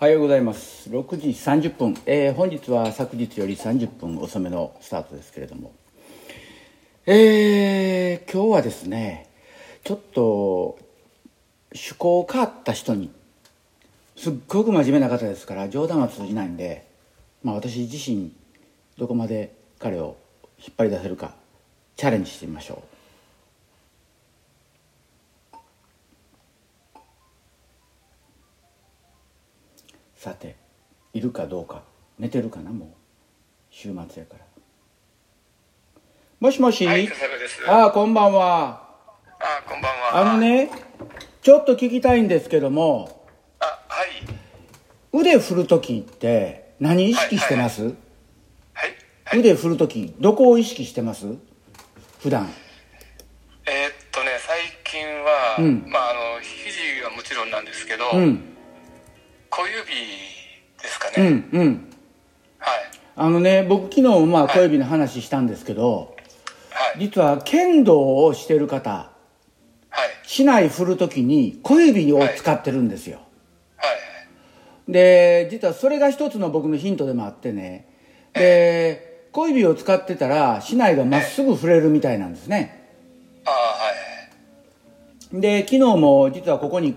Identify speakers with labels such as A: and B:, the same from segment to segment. A: おはようございます6時30分、えー本日は昨日より30分遅めのスタートですけれどもえー今日はですねちょっと趣向変わった人にすっごく真面目な方ですから冗談は通じないんで、まあ、私自身どこまで彼を引っ張り出せるかチャレンジしてみましょうさているかどうか寝てるかなもう週末やからもしもし、
B: はい笠原です
A: ああこんばんは
B: あ、こんばんは。
A: あの。ねちょっと聞きたいんですけども
B: あ、はい。
A: 腕振る時って何意識してます、
B: はい。
A: 腕振る時どこを意識してます普段
B: えーっとね、最近は、
A: ん
B: まあ、あの、肘はもちろんなんですけど、
A: うん
B: 小指ですか
A: う
B: ね。
A: んうん
B: はい。
A: あのね僕昨日まあ小指の話したんですけど
B: はい。
A: 実は剣道をしてる方
B: はい。
A: 竹刀振る時に小指を使ってるんですよ、
B: はい。
A: で実はそれが一つの僕のヒントでもあってねで小指を使ってたら竹刀がまっすぐ振れるみたいなんですね、
B: あはい。
A: で昨日も実はここに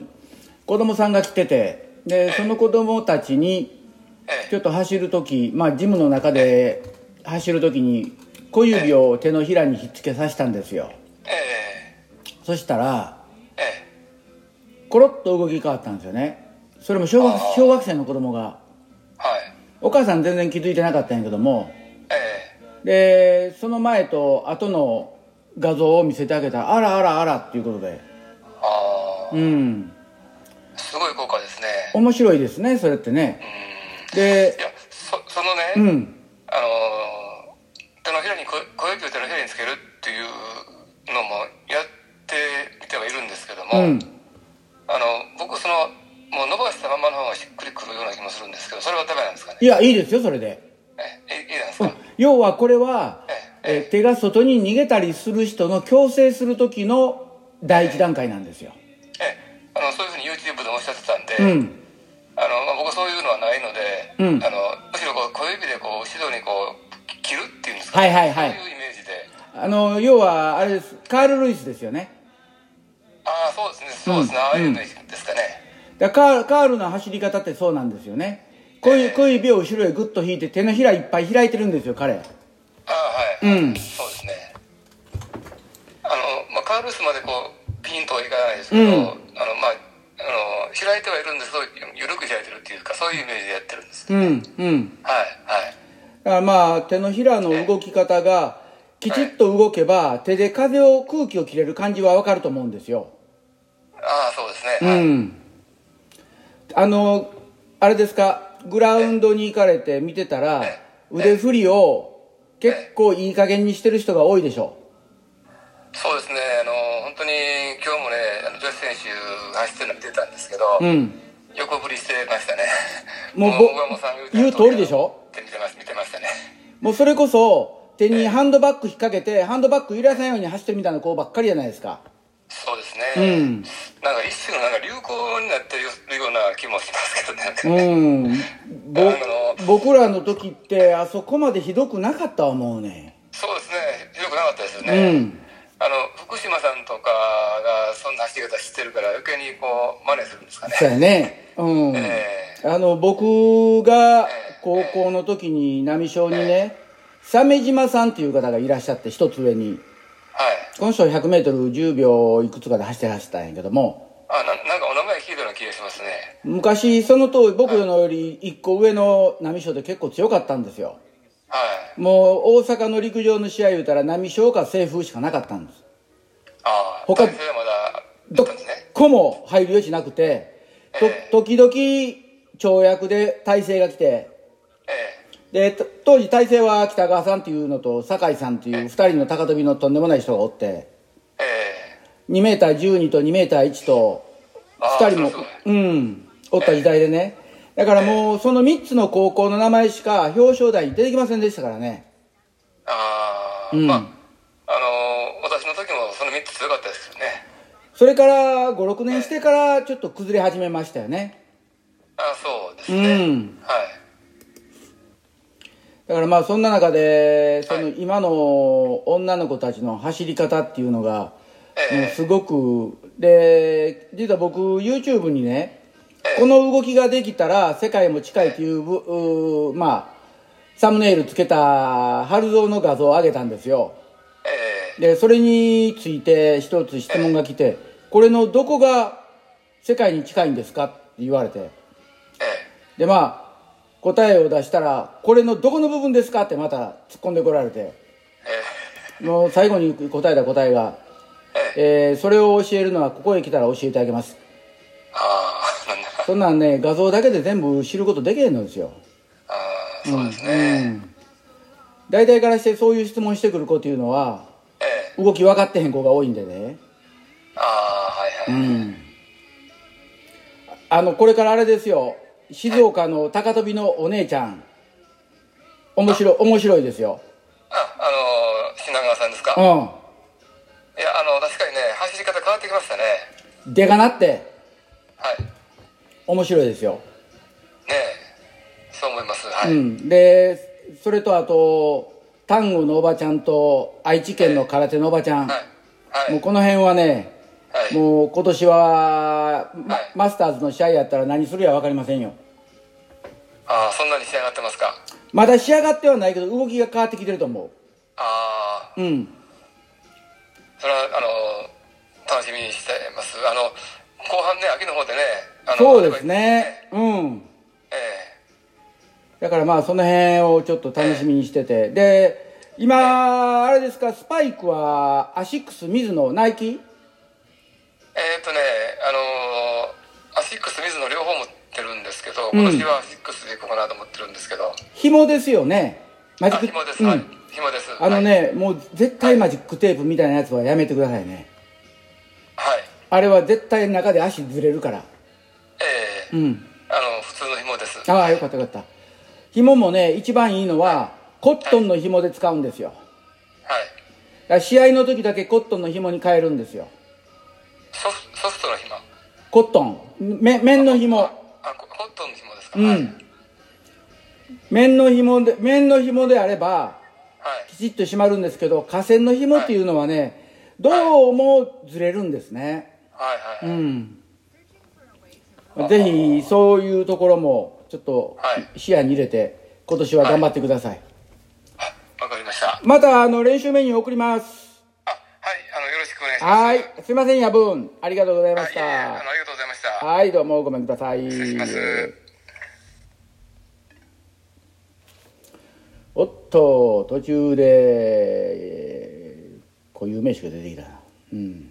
A: 子供さんが来ててでその子供たちに
B: え
A: ちょっと走る時まあジムの中で走る時に小指を手のひらにひっつけさせたんですよ
B: ええ
A: そしたら
B: ええ
A: コロッと動き変わったんですよねそれも小学小学生の子供が
B: はい。
A: お母さん全然気づいてなかったんやけども
B: え
A: でその前と後の画像を見せてあげたらあらあらあらっていうことで
B: えあ
A: うん
B: あ、すごい効果ですね。
A: 面白いですねそれってね
B: うん。
A: で
B: いや、そ、そのね、
A: うん
B: あのー、手のひらに小小指を手のひらにつけるっていうのもやってみてはいるんですけども、
A: うん
B: あの僕そのもう伸ばしたままの方がしっくりくるような気もするんですけどそれはダメなんですかね
A: いやいいですよそれで
B: えいいいなんですか、
A: 要はこれは、
B: え
A: えー手が外に逃げたりする人の強制する時の第一段階なんですよ
B: えあのそういうふうに YouTube でもおっしゃってたんで、
A: うん
B: あのまあ、僕はそういうのはないので、
A: うん
B: あのむしろこう小指でこう後ろにこうき切るっていうんですか、
A: はいはいはい
B: そういうイメージで
A: あの要はあれですカール・ルイスですよね
B: ああそうですねそうですね、
A: うん
B: ああいうイメージですかね、
A: だからカールカールの走り方ってそうなんですよね小指小指を後ろへグッと引いて手のひらいっぱい開いてるんですよ彼
B: ああはい、
A: うん
B: そうですねあの、まあ、カールスまでこうピンとはいかないですけど、
A: うん
B: あのまああの開いてはいるんですけど緩く開いてるっていうかそういうイメージでやってるんです、
A: うんうん
B: はいはい
A: だからまあ手のひらの動き方がきちっと動けば手で風を空気を切れる感じはわかると思うんですよ
B: ああそうです
A: う
B: ね、はい
A: んあのあれですかグラウンドに行かれて見てたら
B: え
A: 腕振りを結構いい加減にしてる人が多いでしょ
B: そうですねあの本当に今日もねあの女子選手走ってるの見てたんですけど、
A: うん
B: 横振りしてましたね
A: もうぼ
B: 小山さんが
A: 言う通りでしょ
B: 見てます見てましたね
A: もうそれこそ手にハンドバッグ引っ掛けてハンドバッグ揺らさないように走ってるみたいな子ばっかりじゃないですか
B: そうです
A: う
B: ね、
A: ん
B: なんか一種のなんか流行になってるような気もしますけどねなんかね
A: うんぼ
B: あの
A: 僕らの時ってあそこまでひどくなかった思うね
B: そうですね、ひどくなかったですよ
A: う
B: ね、
A: ん
B: あの福島さんとかがそんな走り方知ってるから、余計にこう、真似するんですかね。
A: そうやね。うん。
B: え
A: あの、僕が高校の時に波小にね、鮫島さんっていう方がいらっしゃって、一つ上に。
B: はい、
A: この人100メートル10秒いくつかで走って走ったんやけども、
B: あななんかお名前聞いたような気がしますね。
A: 昔その当時僕のより一個上の波小で結構強かったんですよ。
B: はい、
A: もう大阪の陸上の試合言うたら波小か西風しかなかったんです。
B: ああ、
A: 他
B: 体勢はまだだ
A: ど
B: っ
A: った
B: んですね。
A: こも入る余地なくて、と、時々跳躍で体勢が来て、
B: え
A: でと当時大勢は北川さんっていうのと酒井さんっていう2人の高跳びのとんでもない人がおって
B: ええ
A: 2メーター1 2と2メーター1と
B: あー
A: 2人も
B: そうそう
A: うんおった時代でねだからもうその3つの高校の名前しか表彰台に出てきませんでしたからね
B: ああ、
A: うん
B: まあ、あの私の時もその3つ強かったですけどね。
A: それから56年してからちょっと崩れ始めましたよね
B: ああそうです
A: う
B: ね、
A: ん
B: はい
A: だからまあそんな中でその
B: は
A: 今の女の子たちの走り方っていうのが
B: ええ
A: もうすごくで実は僕 YouTube にね
B: ええ
A: この動きができたら世界も近いっていうぶうーまあサムネイルつけた春蔵の画像を上げたんですよ
B: ええ
A: でそれについて一つ質問が来て「これのどこが世界に近いんですか?」って言われて
B: え
A: でまあ答えを出したら「これのどこの部分ですか?」ってまた突っ込んでこられて
B: ええ
A: もう最後に答えた答えが「えーそれを教えるのはここへ来たら教えてあげます
B: えああなんだ」
A: そんなんね画像だけで全部知ることできへんのですよ
B: ああそうですね、
A: うん大体からしてそういう質問してくる子っていうのは
B: ええ
A: 動き分かってへん子が多いんでね
B: ああはいはい、
A: うんあのこれからあれですよ静岡の高跳びのお姉ちゃん面白い面白いですよ
B: ああの品川さんですか、
A: う
B: い
A: ん
B: やあの確かにね走り方変わってきましたね
A: でかなって
B: はいね
A: 面白いですよ、
B: えそう思いますは
A: う
B: い、
A: ん、でそれとあと丹後のおばちゃんと愛知県の空手のおばちゃん、
B: はいはい
A: もうこの辺はね
B: はい
A: もう今年は、ま
B: はい
A: マスターズの試合やったら何するや分かりませんよ
B: ああそんなに仕上がってますか
A: まだ仕上がってはないけど動きが変わってきてると思
B: ああ
A: ううん
B: それはあの楽しみにしてますあの後半ね秋の方でねあの
A: そうですねうん
B: え
A: だからまあその辺をちょっと楽しみにしててで今あれですかスパイクはアシックス水野ナイキ
B: ええーっとねあのアシックス水野両方持ってるんですけど今年はアシックスでいこうかなと思ってるんですけど、
A: 紐ですよねマ
B: あ紐です、
A: うん
B: はい紐です
A: あのね、もう絶対マジックテープみたいなやつはやめてくださいね
B: はい、はい
A: あれは絶対中で足ずれるから
B: ええ
A: うん
B: あの普通の紐です
A: ああよかったよかった紐もね一番いいのはコットンの紐で使うんですよ
B: はい
A: だから試合の時だけコットンの紐に変えるんですよ
B: ソフソフトの紐
A: コットンめ面の紐
B: あココットンの紐ですか
A: う
B: はい、はい
A: ん面の紐で面の紐であればきちっと締まるんですけど河川の紐っていうのはねどうもずれるんですね
B: はいは
A: う
B: い
A: んぜひそういうところもちょっと
B: はい
A: 視野に入れて今年は頑張ってください、
B: わかりましたあ
A: またあの練習メニュー送ります
B: はいあのよろしくお願いします
A: はーいすいません夜分ありがとうございま
B: あ
A: し
B: いえいえあの
A: た
B: ありがとうございました
A: はいどうもごめんください
B: 失礼します
A: おっと途中でえー固有名詞が出てきたなうん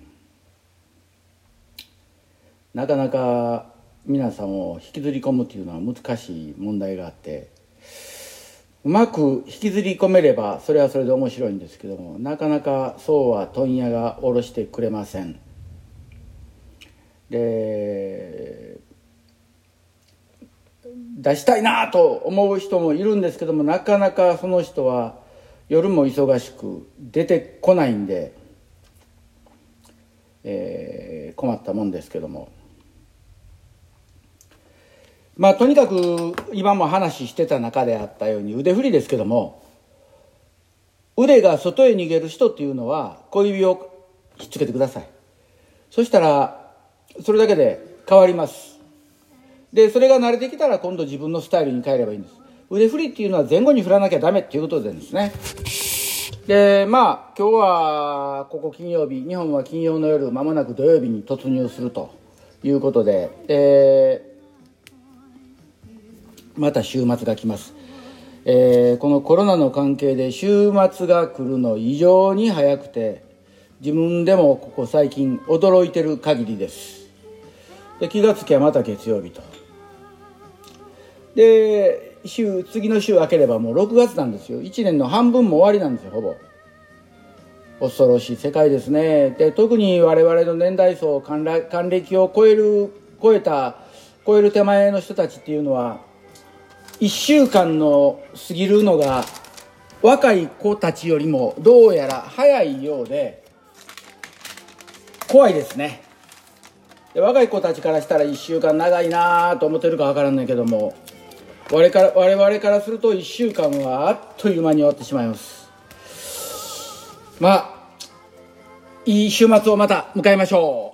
A: なかなか皆さんを引きずり込むというのは難しい問題があってうまく引きずり込めればそれはそれで面白いんですけどもなかなかそうは問屋が下ろしてくれませんで出したいなと思う人もいるんですけどもなかなかその人は夜も忙しく出てこないんで、えー困ったもんですけどもまあとにかく今も話してた中であったように腕振りですけども腕が外へ逃げる人っていうのは小指をひっつけてくださいそしたらそれだけで変わりますでそれが慣れてきたら今度自分のスタイルに変えればいいんです腕振りっていうのは前後に振らなきゃダメっていうことでですねでまあ今日はここ金曜日日本は金曜の夜まもなく土曜日に突入するということで、えーまた週末が来ます、えーこのコロナの関係で週末が来るの異常に早くて自分でもここ最近驚いてる限りですで気がつきゃまた月曜日とで週次の週明ければもう6月なんですよ1年の半分も終わりなんですよほぼ恐ろしい世界ですねで特に我々の年代層還暦還暦を超える超えた超える手前の人たちっていうのは1週間の過ぎるのが若い子たちよりもどうやら早いようで怖いですねで若い子たちからしたら1週間長いなと思ってるか分からんねんけども我から我々からすると1週間はあっという間に終わってしまいますまあいい週末をまた迎えましょう